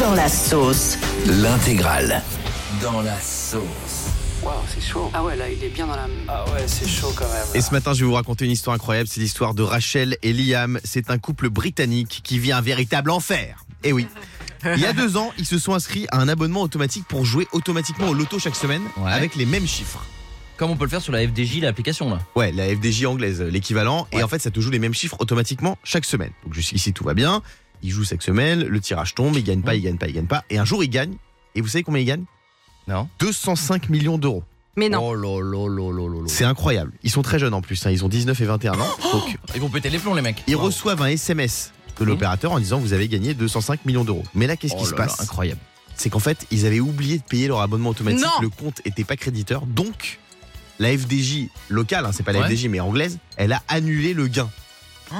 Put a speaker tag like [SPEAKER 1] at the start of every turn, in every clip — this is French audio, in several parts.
[SPEAKER 1] Dans la sauce.
[SPEAKER 2] L'intégrale. Dans la sauce.
[SPEAKER 3] Waouh, c'est chaud.
[SPEAKER 4] Ah ouais, là, il est bien dans la.
[SPEAKER 3] Ah ouais, c'est chaud quand même.
[SPEAKER 5] Et ce matin, je vais vous raconter une histoire incroyable. C'est l'histoire de Rachel et Liam. C'est un couple britannique qui vit un véritable enfer. Eh oui. Il y a deux ans, ils se sont inscrits à un abonnement automatique pour jouer automatiquement au loto chaque semaine
[SPEAKER 2] Ouais.
[SPEAKER 5] avec les mêmes chiffres.
[SPEAKER 2] Comme on peut le faire sur la FDJ, l'application là.
[SPEAKER 5] Ouais, la FDJ anglaise, euh, l'équivalent. Et en fait, ça te joue les mêmes chiffres automatiquement chaque semaine. Donc jusqu'ici, tout va bien. Ils jouent chaque semaine, le tirage tombe, ils gagnent pas, ils gagnent pas, ils gagnent pas. Et un jour, ils gagnent. Et vous savez combien ils gagnent
[SPEAKER 2] Non.
[SPEAKER 5] 205 millions d'euros.
[SPEAKER 4] Mais non.
[SPEAKER 2] Oh là là là là là là.
[SPEAKER 5] C'est incroyable. Ils sont très jeunes en plus, hein. ils ont 19 et 21 ans.
[SPEAKER 2] Oh
[SPEAKER 5] Donc
[SPEAKER 2] Ils vont péter les plombs les mecs.
[SPEAKER 5] ils
[SPEAKER 2] Wow.
[SPEAKER 5] reçoivent un SMS de l'opérateur en disant vous avez gagné 205 millions d'euros. Mais là, qu'est-ce
[SPEAKER 2] Oh
[SPEAKER 5] qui se
[SPEAKER 2] là là,
[SPEAKER 5] passe
[SPEAKER 2] Incroyable.
[SPEAKER 5] C'est qu'en fait, ils avaient oublié de payer leur abonnement automatique.
[SPEAKER 4] Non.
[SPEAKER 5] Le compte était pas créditeur. Donc, la FDJ locale, hein, c'est pas la
[SPEAKER 2] Ouais.
[SPEAKER 5] FDJ mais anglaise, elle a annulé le gain.
[SPEAKER 4] Oh.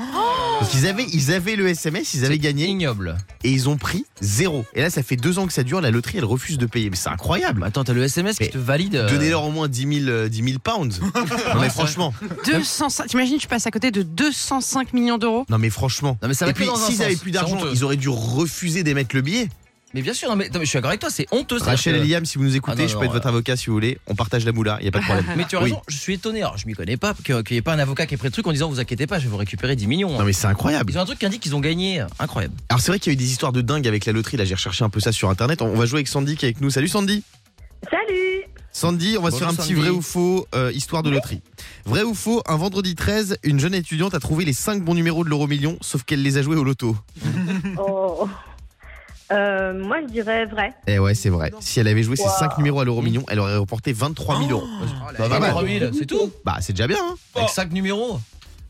[SPEAKER 5] Parce qu'ils avaient, ils avaient le SMS, ils avaient gagné
[SPEAKER 2] Ignoble.
[SPEAKER 5] et ils ont pris zéro. Et là, ça fait deux ans que ça dure. La loterie, elle refuse de payer. Mais c'est incroyable.
[SPEAKER 2] Attends, t'as le SMS
[SPEAKER 5] Mais
[SPEAKER 2] qui te valide. euh,
[SPEAKER 5] Donnez-leur au moins 10 000, euh, 10 000 pounds. non, mais franchement.
[SPEAKER 4] 205. T'imagines, tu passes à côté de 205 millions d'euros
[SPEAKER 5] Non mais franchement.
[SPEAKER 2] Non, mais ça va
[SPEAKER 5] et
[SPEAKER 2] que
[SPEAKER 5] puis
[SPEAKER 2] dans un
[SPEAKER 5] s'ils
[SPEAKER 2] sens.
[SPEAKER 5] avaient plus
[SPEAKER 2] C'est
[SPEAKER 5] d'argent,
[SPEAKER 2] honteux.
[SPEAKER 5] ils auraient dû refuser d'émettre le billet.
[SPEAKER 2] Mais bien sûr, non, mais, non, mais je suis d'accord avec toi, c'est honteux. c'est-à-dire
[SPEAKER 5] Rachel
[SPEAKER 2] que-
[SPEAKER 5] et Liam, si vous nous écoutez,
[SPEAKER 2] Ah non,
[SPEAKER 5] je peux
[SPEAKER 2] non,
[SPEAKER 5] être votre avocat si vous voulez. On partage la moula, il y a pas de problème.
[SPEAKER 2] Euh, Mais tu as
[SPEAKER 5] Oui.
[SPEAKER 2] raison, je suis étonné. Alors, je m'y connais pas, que- qu'il n'y ait pas un avocat qui ait pris le truc en disant Vous inquiétez pas, je vais vous récupérer 10 millions. hein.
[SPEAKER 5] Non mais c'est incroyable.
[SPEAKER 2] Ils ont un truc qui indique qu'ils ont gagné. Incroyable.
[SPEAKER 5] Alors c'est vrai qu'il y a eu des histoires de dingue avec la loterie. Là, j'ai recherché un peu ça sur internet. On on va jouer avec Sandy qui est avec nous. Salut Sandy.
[SPEAKER 6] Salut
[SPEAKER 5] Sandy, on va
[SPEAKER 2] Bonjour,
[SPEAKER 5] se faire un petit
[SPEAKER 2] Sandy.
[SPEAKER 5] vrai ou faux euh, histoire de loterie. Vrai ou faux Un vendredi 13, une jeune étudiante a trouvé les 5 bons numéros de l'euro million, sauf qu'elle les a joués au loto.
[SPEAKER 6] oh. Euh, Moi, je dirais vrai.
[SPEAKER 5] Eh ouais, c'est vrai. Si elle avait joué ces
[SPEAKER 6] Wow.
[SPEAKER 5] 5 numéros à l'euro million, elle aurait reporté 23 000 euros.
[SPEAKER 2] Bah,
[SPEAKER 5] Ah. pas mal.
[SPEAKER 2] 23 000, c'est tout.
[SPEAKER 5] Bah, c'est déjà bien. hein.
[SPEAKER 2] Avec 5 numéros.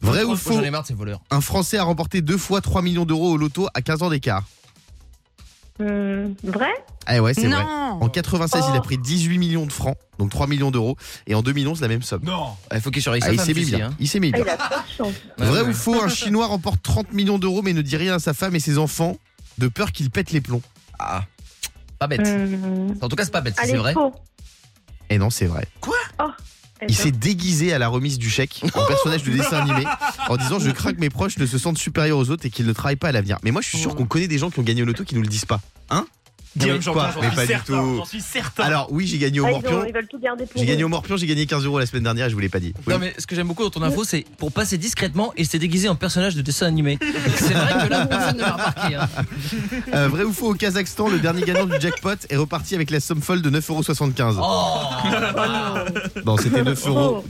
[SPEAKER 5] vrai
[SPEAKER 2] Oh,
[SPEAKER 5] ou faux
[SPEAKER 2] J'en ai marre de ces voleurs.
[SPEAKER 5] Un Français a remporté deux fois 3 millions d'euros au loto à 15 ans d'écart.
[SPEAKER 6] Hmm, vrai
[SPEAKER 5] Eh ouais, c'est vrai.
[SPEAKER 4] Non
[SPEAKER 5] En 96, il a pris 18 millions de francs, donc 3 millions d'euros. Et en 2011, la même somme.
[SPEAKER 2] Il faut qu'ils surveillent
[SPEAKER 5] Ah,
[SPEAKER 2] ça.
[SPEAKER 5] il s'est mis
[SPEAKER 7] hein.
[SPEAKER 5] bien. Il s'est mis
[SPEAKER 6] Ah,
[SPEAKER 5] bien.
[SPEAKER 6] Il a trop de chance.
[SPEAKER 5] Vrai ou faux, un Chinois remporte 30 millions d'euros mais ne dit rien à sa femme et ses enfants de peur qu'il pète les plombs.
[SPEAKER 2] Ah, pas bête.
[SPEAKER 6] Hmm,
[SPEAKER 2] En tout cas, c'est pas bête, si
[SPEAKER 6] Allez,
[SPEAKER 2] c'est vrai.
[SPEAKER 6] faux.
[SPEAKER 5] Eh non, c'est vrai.
[SPEAKER 6] Eh
[SPEAKER 5] Il
[SPEAKER 6] ben,
[SPEAKER 5] s'est déguisé à la remise du chèque en personnage de dessin animé en disant Je crains que mes proches ne se sentent supérieurs aux autres et qu'ils ne travaillent pas à l'avenir. Mais moi, je suis sûr qu'on connaît des gens qui ont gagné au loto qui nous le disent pas. Hein Non,
[SPEAKER 7] Guillaume
[SPEAKER 5] mais
[SPEAKER 7] Jean-Pierre,
[SPEAKER 5] quoi Mais pas
[SPEAKER 7] j'en suis
[SPEAKER 5] du
[SPEAKER 7] certain,
[SPEAKER 5] tout.
[SPEAKER 7] j'en suis certain.
[SPEAKER 5] Alors, oui, j'ai gagné au
[SPEAKER 6] ah, ils, ont-
[SPEAKER 5] morpion.
[SPEAKER 6] ils veulent tout garder pour
[SPEAKER 5] J'ai gagné
[SPEAKER 6] eux.
[SPEAKER 5] au morpion, j'ai gagné 15 euros la semaine dernière, je vous l'ai pas dit. Oui.
[SPEAKER 2] Non, mais ce que j'aime beaucoup dans ton info, c'est pour passer discrètement, il s'est déguisé en personnage de dessin animé. c'est vrai que là, personne ne l'a remarqué. hein.
[SPEAKER 5] Euh, vrai ou faux, au Kazakhstan, le dernier gagnant du jackpot est reparti avec la somme folle de 9,75 euros.
[SPEAKER 2] Oh
[SPEAKER 5] Non, c'était 9,12 euros.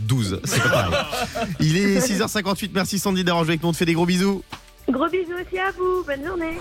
[SPEAKER 5] C'est pas pareil. Il est 6h58, merci Sandy d'avoir joué avec nous, on te fait des gros bisous.
[SPEAKER 6] Gros bisous aussi à vous. Bonne journée.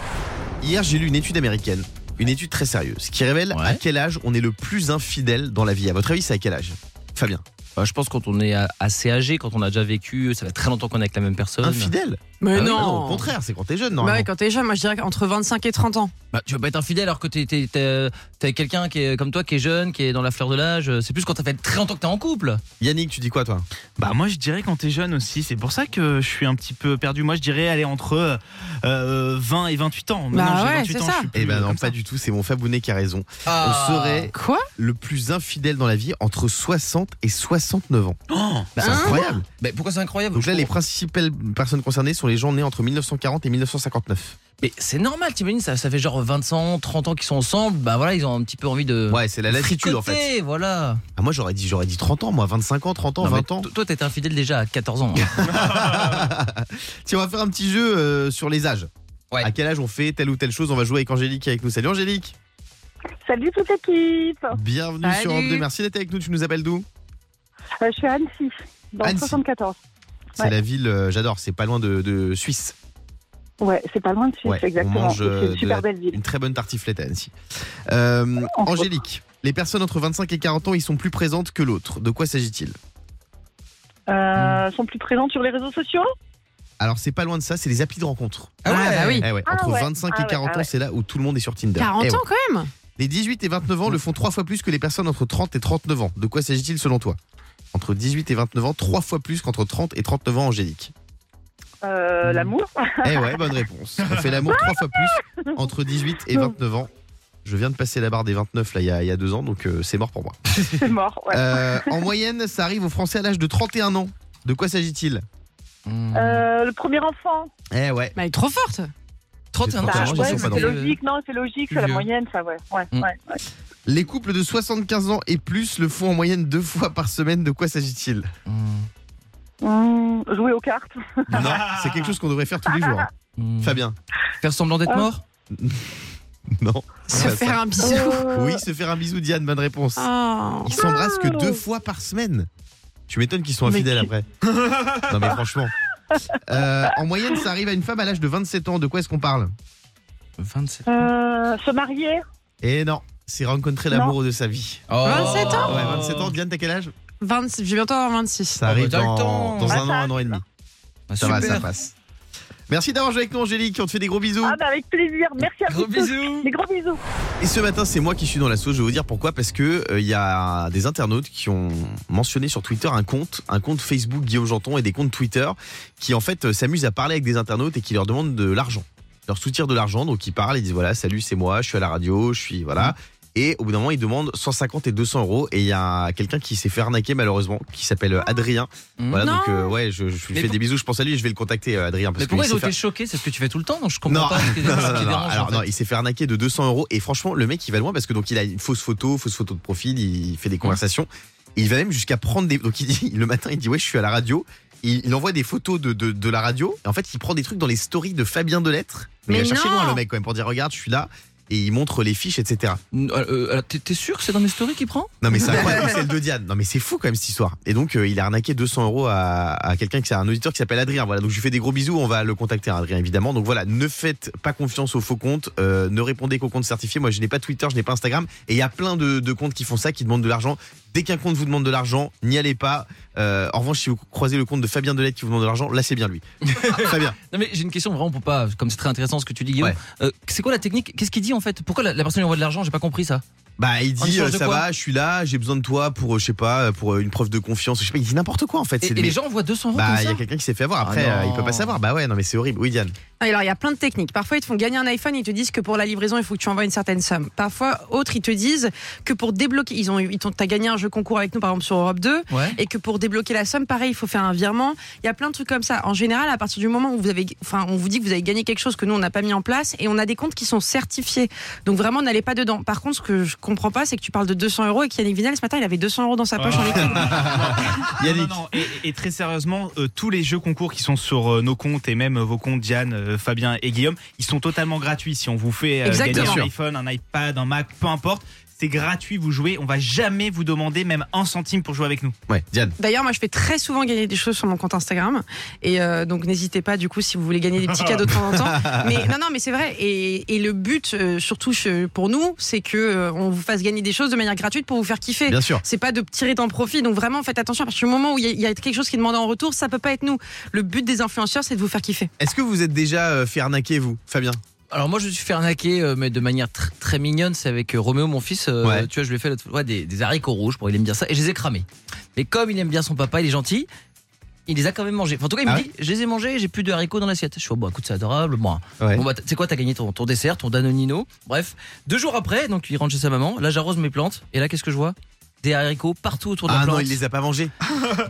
[SPEAKER 5] Hier, j'ai lu une étude américaine, une étude très sérieuse, qui révèle
[SPEAKER 2] Ouais.
[SPEAKER 5] à quel âge on est le plus infidèle dans la vie. À votre avis, c'est à quel âge Fabien,
[SPEAKER 2] Bah, Je pense quand on est euh, assez âgé, quand on a déjà vécu, ça fait très longtemps qu'on est avec la même personne.
[SPEAKER 5] infidèle
[SPEAKER 4] Mais
[SPEAKER 5] Ah oui,
[SPEAKER 4] non
[SPEAKER 5] Au contraire, c'est quand t'es
[SPEAKER 4] Bah
[SPEAKER 5] jeune,
[SPEAKER 4] ouais,
[SPEAKER 5] normalement.
[SPEAKER 4] quand t'es jeune, moi je dirais entre 25 et 30 ans.
[SPEAKER 2] Bah, tu vas pas être infidèle alors que t'es t'es- t'es- t'es quelqu'un qui est comme toi, qui est jeune, qui est dans la fleur de l'âge. C'est plus quand ça fait très longtemps que t'es en couple.
[SPEAKER 5] Yannick, tu dis quoi, toi
[SPEAKER 7] Bah moi je dirais quand t'es jeune aussi, c'est pour ça que je suis un petit peu perdu. Moi je dirais aller entre euh, 20 et 28 ans. Maintenant,
[SPEAKER 4] Bah
[SPEAKER 7] j'ai
[SPEAKER 4] ouais,
[SPEAKER 7] 28
[SPEAKER 4] c'est
[SPEAKER 7] ans,
[SPEAKER 4] ça.
[SPEAKER 7] je suis plus
[SPEAKER 5] Eh ben non,
[SPEAKER 7] comme
[SPEAKER 5] pas
[SPEAKER 7] ça.
[SPEAKER 5] du tout, c'est mon Fabounet qui a raison.
[SPEAKER 2] Ah.
[SPEAKER 5] On serait
[SPEAKER 4] Quoi
[SPEAKER 5] le plus infidèle dans la vie entre 60 et 69 ans.
[SPEAKER 7] Oh
[SPEAKER 5] C'est
[SPEAKER 4] Hein
[SPEAKER 5] incroyable.
[SPEAKER 2] Mais pourquoi c'est incroyable
[SPEAKER 5] Donc là, les principales personnes concernées sont les gens nés entre 1940 et 1959.
[SPEAKER 2] Mais c'est normal, t'imagines, ça, ça fait genre 20 ans, 30 ans qu'ils sont ensemble. Bah voilà, ils ont un petit peu envie de.
[SPEAKER 5] Ouais, c'est la latitude en fait.
[SPEAKER 2] fricoter, voilà.
[SPEAKER 5] Ah, moi, j'aurais dit, j'aurais dit 30 ans, moi, 25 ans, 30 ans,
[SPEAKER 2] Non, mais
[SPEAKER 5] 20 ans.
[SPEAKER 2] to- Toi, t'étais infidèle déjà à 14 ans. hein.
[SPEAKER 5] Tiens, on va faire un petit jeu euh, sur les âges.
[SPEAKER 2] Ouais.
[SPEAKER 5] À quel âge on fait telle ou telle chose On va jouer avec Angélique qui est avec nous. Salut Angélique
[SPEAKER 6] Salut toute l'équipe.
[SPEAKER 5] Bienvenue sur
[SPEAKER 4] Salut.
[SPEAKER 5] Europe 2. Merci d'être avec nous. Tu nous appelles d'où
[SPEAKER 8] Euh, je suis à Annecy, dans le
[SPEAKER 5] Annecy.
[SPEAKER 8] 74.
[SPEAKER 5] C'est
[SPEAKER 8] Ouais.
[SPEAKER 5] la ville, euh, j'adore, c'est pas loin de, de Suisse.
[SPEAKER 8] Ouais, c'est pas loin de Suisse,
[SPEAKER 5] Ouais, on
[SPEAKER 8] exactement.
[SPEAKER 5] mange, euh,
[SPEAKER 8] c'est une
[SPEAKER 5] de
[SPEAKER 8] super
[SPEAKER 5] la-
[SPEAKER 8] belle ville.
[SPEAKER 5] Une très bonne tartiflette à Annecy. Euh,
[SPEAKER 8] Entre
[SPEAKER 5] Angélique, les personnes entre 25 et 40 ans, ils sont plus présentes que l'autre. De quoi s'agit-il
[SPEAKER 8] Euh, sont plus présentes sur les réseaux sociaux
[SPEAKER 5] Alors, c'est pas loin de ça, c'est les applis de rencontre.
[SPEAKER 2] Ah ouais.
[SPEAKER 4] bah oui
[SPEAKER 5] Eh ouais,
[SPEAKER 6] Ah
[SPEAKER 5] entre
[SPEAKER 6] ouais,
[SPEAKER 5] 25
[SPEAKER 6] ah
[SPEAKER 5] et
[SPEAKER 6] ouais,
[SPEAKER 5] 40
[SPEAKER 6] ah
[SPEAKER 5] ans,
[SPEAKER 6] ouais.
[SPEAKER 5] c'est là où tout le monde est sur Tinder.
[SPEAKER 4] 40
[SPEAKER 5] Eh ouais.
[SPEAKER 4] ans quand même
[SPEAKER 5] Les 18 et 29 ans le font trois fois plus que les personnes entre 30 et 39 ans. De quoi s'agit-il selon toi Entre 18 et 29 ans, trois fois plus qu'entre 30 et 39 ans, Angélique.
[SPEAKER 8] euh, L'amour
[SPEAKER 5] Eh ouais, bonne réponse. On fait l'amour trois fois plus entre 18 et 29 ans. Je viens de passer la barre des 29 là il y a, il y a deux ans, donc euh, c'est mort pour moi.
[SPEAKER 8] C'est mort, ouais.
[SPEAKER 5] Euh, en moyenne, ça arrive aux Français à l'âge de 31 ans. De quoi s'agit-il
[SPEAKER 2] Hmm.
[SPEAKER 8] Euh, le premier enfant
[SPEAKER 5] Eh ouais.
[SPEAKER 4] Bah elle est trop forte
[SPEAKER 2] 31 ans.
[SPEAKER 5] Bah,
[SPEAKER 2] quand même,
[SPEAKER 5] ouais,
[SPEAKER 2] je sais
[SPEAKER 5] mais
[SPEAKER 2] pas,
[SPEAKER 5] c'est
[SPEAKER 2] donc, euh,
[SPEAKER 8] logique, non, c'est logique, c'est la
[SPEAKER 2] vieux.
[SPEAKER 8] moyenne, ça, ouais. ouais,
[SPEAKER 2] Mm.
[SPEAKER 8] ouais, ouais.
[SPEAKER 5] Les couples de 75 ans et plus le font en moyenne deux fois par semaine. De quoi s'agit-il
[SPEAKER 2] hum,
[SPEAKER 8] Mm, jouer aux cartes.
[SPEAKER 5] Non, c'est quelque chose qu'on devrait faire tous les jours. hein.
[SPEAKER 2] hum.
[SPEAKER 5] Hmm. Fabien
[SPEAKER 2] Faire semblant d'être
[SPEAKER 8] Ah.
[SPEAKER 2] mort
[SPEAKER 5] Non.
[SPEAKER 4] Se
[SPEAKER 5] Ouais, ça-
[SPEAKER 4] faire un bisou.
[SPEAKER 6] Oh.
[SPEAKER 8] Euh,
[SPEAKER 5] Oui, se faire un bisou, Diane, bonne réponse.
[SPEAKER 8] Ah.
[SPEAKER 4] Oh.
[SPEAKER 5] Ils s'embrassent que deux fois par semaine. Tu m'étonnes qu'ils sont
[SPEAKER 8] Mais
[SPEAKER 5] infidèles
[SPEAKER 8] qui-
[SPEAKER 5] après. non mais franchement. Euh, en moyenne, ça arrive à une femme à l'âge de 27 ans. De quoi est-ce qu'on parle
[SPEAKER 2] 27.
[SPEAKER 8] euh, se marier,
[SPEAKER 2] Mmh.
[SPEAKER 5] Eh non, c'est rencontrer l'amour de sa vie.
[SPEAKER 2] Oh.
[SPEAKER 4] 27 ans
[SPEAKER 5] Ouais, 27 ans, Diane, t'as quel âge Ah,
[SPEAKER 4] 26, je vais bientôt avoir 26.
[SPEAKER 5] Ça
[SPEAKER 2] Oh,
[SPEAKER 5] arrive
[SPEAKER 2] bah, t'as le
[SPEAKER 5] dans,
[SPEAKER 2] temps.
[SPEAKER 5] dans un an,
[SPEAKER 8] Ah,
[SPEAKER 5] un an et demi.
[SPEAKER 2] Ah,
[SPEAKER 5] Ça va,
[SPEAKER 2] super.
[SPEAKER 5] ça passe. Merci d'avoir joué avec nous, Angélique. On te fait des gros bisous.
[SPEAKER 8] ah, bah, avec plaisir, merci à
[SPEAKER 2] Gros
[SPEAKER 8] vous tous.
[SPEAKER 2] bisous.
[SPEAKER 8] Des gros bisous.
[SPEAKER 5] Et ce matin, c'est moi qui suis dans la sauce. Je vais vous dire pourquoi. Parce que euh, il y a des internautes qui ont mentionné sur Twitter un compte, un compte Facebook Guillaume Janton et des comptes Twitter qui en fait euh, s'amusent à parler avec des internautes et qui leur demandent de l'argent, leur soutient de l'argent. Donc ils parlent, ils disent voilà, salut, c'est moi, je suis à la radio, je suis
[SPEAKER 2] Mmh.
[SPEAKER 5] voilà. Et au bout d'un moment, ils demandent 150 et 200 euros. Et il y a quelqu'un qui s'est fait arnaquer malheureusement, qui s'appelle Adrien.
[SPEAKER 2] Mmh.
[SPEAKER 5] Voilà,
[SPEAKER 4] Non.
[SPEAKER 5] donc euh, ouais, je, je lui
[SPEAKER 2] Mais
[SPEAKER 5] fais
[SPEAKER 2] pour-
[SPEAKER 5] des bisous. Je pense à lui, et je vais le contacter, euh, Adrien. Parce
[SPEAKER 2] Mais pourquoi
[SPEAKER 5] qu'il
[SPEAKER 2] ils ont
[SPEAKER 5] s'est fait-
[SPEAKER 2] été choqués C'est ce que tu fais tout le temps, donc je
[SPEAKER 5] non,
[SPEAKER 2] comprends pas ce qui,
[SPEAKER 5] non,
[SPEAKER 2] ce qui
[SPEAKER 5] non, non,
[SPEAKER 2] dérange.
[SPEAKER 5] alors
[SPEAKER 2] en
[SPEAKER 5] non,
[SPEAKER 2] fait.
[SPEAKER 5] il s'est fait arnaquer de 200 euros et franchement le mec il va loin parce que donc il a une fausse photo, fausse photo de profil, il fait des conversations, Et il va même jusqu'à prendre des donc il dit- le matin il dit ouais je suis à la radio, il, il envoie des photos de, de, de la radio et en fait il prend des trucs dans les stories de Fabien Delettre, mais, il
[SPEAKER 4] Mais
[SPEAKER 5] va chercher
[SPEAKER 4] non.
[SPEAKER 5] loin le mec quand même pour dire regarde je suis là et il montre les fiches etc.
[SPEAKER 2] Euh, euh, T'es t'es sûr que c'est dans mes stories qu'il prend
[SPEAKER 5] Non mais c'est incroyable, c'est le de Diane. Non mais c'est fou quand même cette histoire. Et donc euh, il a arnaqué 200 euros à, à quelqu'un qui c'est un auditeur qui s'appelle Adrien. Voilà donc je lui fais des gros bisous. On va le contacter hein, Adrien évidemment. Donc voilà, ne faites pas confiance aux faux comptes. euh, ne répondez qu'aux comptes certifiés. Moi je n'ai pas Twitter, je n'ai pas Instagram. Et il y a plein de, de comptes qui font ça, qui demandent de l'argent. Dès qu'un compte vous demande de l'argent, n'y allez pas. Euh, en revanche si vous croisez le compte de Fabien Delette qui vous demande de l'argent, là c'est bien lui. Fabien.
[SPEAKER 2] Non mais j'ai une question vraiment pour pas, comme c'est très intéressant ce que tu dis Guillaume.
[SPEAKER 5] Ouais.
[SPEAKER 2] Euh, c'est quoi la technique Qu'est-ce qu'il dit en fait Pourquoi la, la personne lui envoie de l'argent J'ai pas compris ça.
[SPEAKER 5] Bah il
[SPEAKER 2] En
[SPEAKER 5] dit
[SPEAKER 2] échange
[SPEAKER 5] euh,
[SPEAKER 2] de
[SPEAKER 5] ça
[SPEAKER 2] quoi
[SPEAKER 5] va, je suis là, j'ai besoin de toi pour euh, je sais pas euh, pour euh, une preuve de confiance. Je sais pas, il dit n'importe quoi en fait.
[SPEAKER 2] Et,
[SPEAKER 5] C'est
[SPEAKER 2] et
[SPEAKER 5] des
[SPEAKER 2] les
[SPEAKER 5] mecs-
[SPEAKER 2] gens envoient 200 euros
[SPEAKER 5] Bah,
[SPEAKER 2] comme
[SPEAKER 5] il y
[SPEAKER 2] ça
[SPEAKER 5] a quelqu'un qui s'est fait avoir.
[SPEAKER 2] Ah
[SPEAKER 5] Après, euh, il
[SPEAKER 2] non.
[SPEAKER 5] peut pas savoir. Bah ouais, non, mais c'est horrible. Oui, Diane.
[SPEAKER 4] Ah, Alors, il y a plein de techniques. Parfois, ils te font gagner un iPhone, ils te disent que pour la livraison, il faut que tu envoies une certaine somme. Parfois, autres, ils te disent que pour débloquer, ils ont, eu- ils t'ont, t'as gagné un jeu concours avec nous, par exemple, sur Europe 2,
[SPEAKER 2] Ouais.
[SPEAKER 4] et que pour débloquer la somme, pareil, il faut faire un virement. Il y a plein de trucs comme ça. En général, à partir du moment où vous avez, enfin, on vous dit que vous avez gagné quelque chose que nous, on n'a pas mis en place, et on a des comptes qui sont certifiés. Donc vraiment, n'allez pas dedans. Par contre, ce que je comprends pas, c'est que tu parles de 200 euros et qu'Yannick Vinal, ce matin, il avait 200 euros dans sa
[SPEAKER 7] Ah.
[SPEAKER 4] poche en liquide.
[SPEAKER 5] Yannick.
[SPEAKER 7] Non, non, non. Et, et très sérieusement, euh, tous les jeux concours qui sont sur euh, nos comptes et même euh, vos comptes, Diane, euh, Fabien et Guillaume, ils sont totalement gratuits. Si on vous fait euh,
[SPEAKER 4] Exactement.
[SPEAKER 7] gagner
[SPEAKER 5] Bien
[SPEAKER 7] un
[SPEAKER 5] sûr.
[SPEAKER 7] iPhone, un iPad, un Mac, peu importe, c'est gratuit, vous jouez. On va jamais vous demander même un centime pour jouer avec nous.
[SPEAKER 5] Ouais, Diane.
[SPEAKER 4] D'ailleurs, moi, je fais très souvent gagner des choses sur mon compte Instagram. Et euh, donc, n'hésitez pas, du coup, si vous voulez gagner des petits cadeaux de temps en temps. Mais non, non, mais c'est vrai. Et, et le but, euh, surtout che- pour nous, c'est que euh, on vous fasse gagner des choses de manière gratuite pour vous faire kiffer.
[SPEAKER 5] Bien sûr.
[SPEAKER 4] C'est pas de tirer d'en profit. Donc, vraiment, faites attention. Parce que le moment où il y a- il y, a quelque chose qui est demandé en retour, ça peut pas être nous. Le but des influenceurs, c'est de vous faire kiffer.
[SPEAKER 5] Est-ce que vous êtes déjà euh, fait arnaquer, vous, Fabien
[SPEAKER 2] Alors moi je me suis fait arnaquer euh, mais de manière tr- très mignonne, c'est avec euh, Roméo mon fils, euh,
[SPEAKER 5] Ouais.
[SPEAKER 2] tu vois je lui ai fait l'autre fois ouais, des, des haricots rouges pour il aime bien ça et je les ai cramés. Mais comme il aime bien son papa, il est gentil, il les a quand même mangés. Enfin, en tout cas il
[SPEAKER 5] Ah
[SPEAKER 2] me dit je les ai mangés, j'ai plus de haricots dans l'assiette. Je suis bon écoute c'est adorable, moi.
[SPEAKER 5] Ouais.
[SPEAKER 2] Bon bah t- c'est quoi t'as gagné ton, ton dessert, ton danonino. Bref, deux jours après donc il rentre chez sa maman, là j'arrose mes plantes et là qu'est-ce que je vois des haricots partout autour de la
[SPEAKER 5] Ah
[SPEAKER 2] plante,
[SPEAKER 5] non, il les a pas mangés.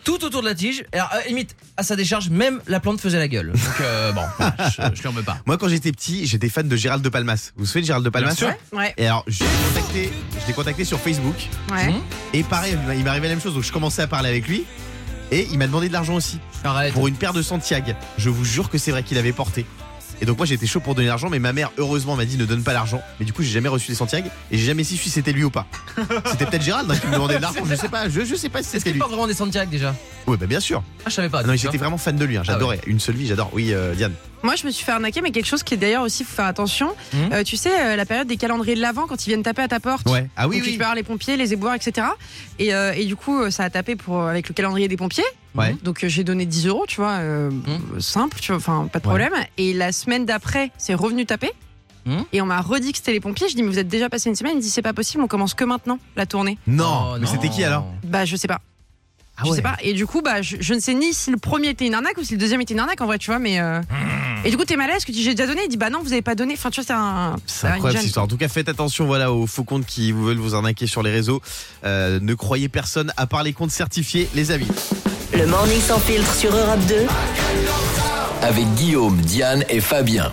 [SPEAKER 2] tout autour de la tige. Et Alors, euh, limite, à sa décharge, même la plante faisait la gueule. Donc, euh, bon, voilà, je, je lui en veux pas.
[SPEAKER 5] Moi, quand j'étais petit, j'étais fan de Gérald de Palmas. Vous vous souvenez de Gérald de Palmas
[SPEAKER 7] sûr.
[SPEAKER 4] Ouais.
[SPEAKER 5] Et alors, je l'ai contacté, je l'ai contacté sur Facebook.
[SPEAKER 4] Ouais.
[SPEAKER 5] Et pareil, il m'arrivait la même chose. Donc, je commençais à parler avec lui. Et il m'a demandé de l'argent aussi.
[SPEAKER 2] Arrête.
[SPEAKER 5] Pour une paire de Santiago. Je vous jure que c'est vrai qu'il avait porté. Et donc, moi, j'étais chaud pour donner l'argent. Mais ma mère, heureusement, m'a dit ne donne pas l'argent. Mais du coup, j'ai jamais reçu les Santiago. Et j'ai jamais su si c'était lui ou pas. C'était peut-être Gérald hein, qui me demandait de l'argent. Je sais pas. Je, je sais pas si
[SPEAKER 2] Est-ce
[SPEAKER 5] c'était
[SPEAKER 2] qu'il
[SPEAKER 5] lui.
[SPEAKER 2] parle vraiment des Santiago déjà
[SPEAKER 5] Oui, bah, bien sûr.
[SPEAKER 2] Ah, je savais pas.
[SPEAKER 5] Ah non, mais
[SPEAKER 2] tu vois.
[SPEAKER 5] j'étais vraiment fan de lui, hein, j'adorais. Une seule vie, j'adore. Oui, euh, Diane.
[SPEAKER 4] Moi, je me suis fait arnaquer, mais quelque chose qui est d'ailleurs aussi, faut faire attention.
[SPEAKER 2] Mhm.
[SPEAKER 4] Euh, tu sais, euh, la période des calendriers de l'avant, quand ils viennent taper à ta porte.
[SPEAKER 5] Ah oui,
[SPEAKER 4] Donc, tu
[SPEAKER 5] oui.
[SPEAKER 4] peux avoir les pompiers, les éboueurs, etc. Et, euh, et du coup, euh, ça a tapé pour, avec le calendrier des pompiers.
[SPEAKER 5] Ouais. Mmh.
[SPEAKER 4] Donc euh, j'ai donné 10 euros, tu vois, euh,
[SPEAKER 2] Mhm.
[SPEAKER 4] simple, tu vois, enfin pas de problème. Et la semaine d'après, c'est revenu taper.
[SPEAKER 5] Mmh.
[SPEAKER 2] Mhm.
[SPEAKER 4] Et on m'a redit que c'était les pompiers. Je dis, mais vous êtes déjà passé une semaine. Il me dit, c'est pas possible, on commence que maintenant la tournée.
[SPEAKER 5] Non,
[SPEAKER 2] Oh,
[SPEAKER 5] mais c'était qui alors
[SPEAKER 4] Bah, je sais pas.
[SPEAKER 5] Ah
[SPEAKER 4] je
[SPEAKER 5] ouais.
[SPEAKER 4] sais pas. Et du coup, bah, je, je ne sais ni si le premier était une arnaque ou si le deuxième était une arnaque en vrai, tu vois. Mais euh,
[SPEAKER 5] Mmh.
[SPEAKER 4] Et du coup, t'es mal à l'aise que tu dis, j'ai déjà donné. Il dit, bah non, vous avez pas donné. Enfin, tu vois, c'est un.
[SPEAKER 5] C'est
[SPEAKER 4] un
[SPEAKER 5] incroyable
[SPEAKER 4] jeune.
[SPEAKER 5] cette histoire. En tout cas, faites attention voilà, aux faux comptes qui vous veulent vous arnaquer sur les réseaux. Euh, ne croyez personne à part les comptes certifiés, les amis.
[SPEAKER 1] Le morning sans filtre sur Europe 2.
[SPEAKER 9] Avec Guillaume, Diane et Fabien.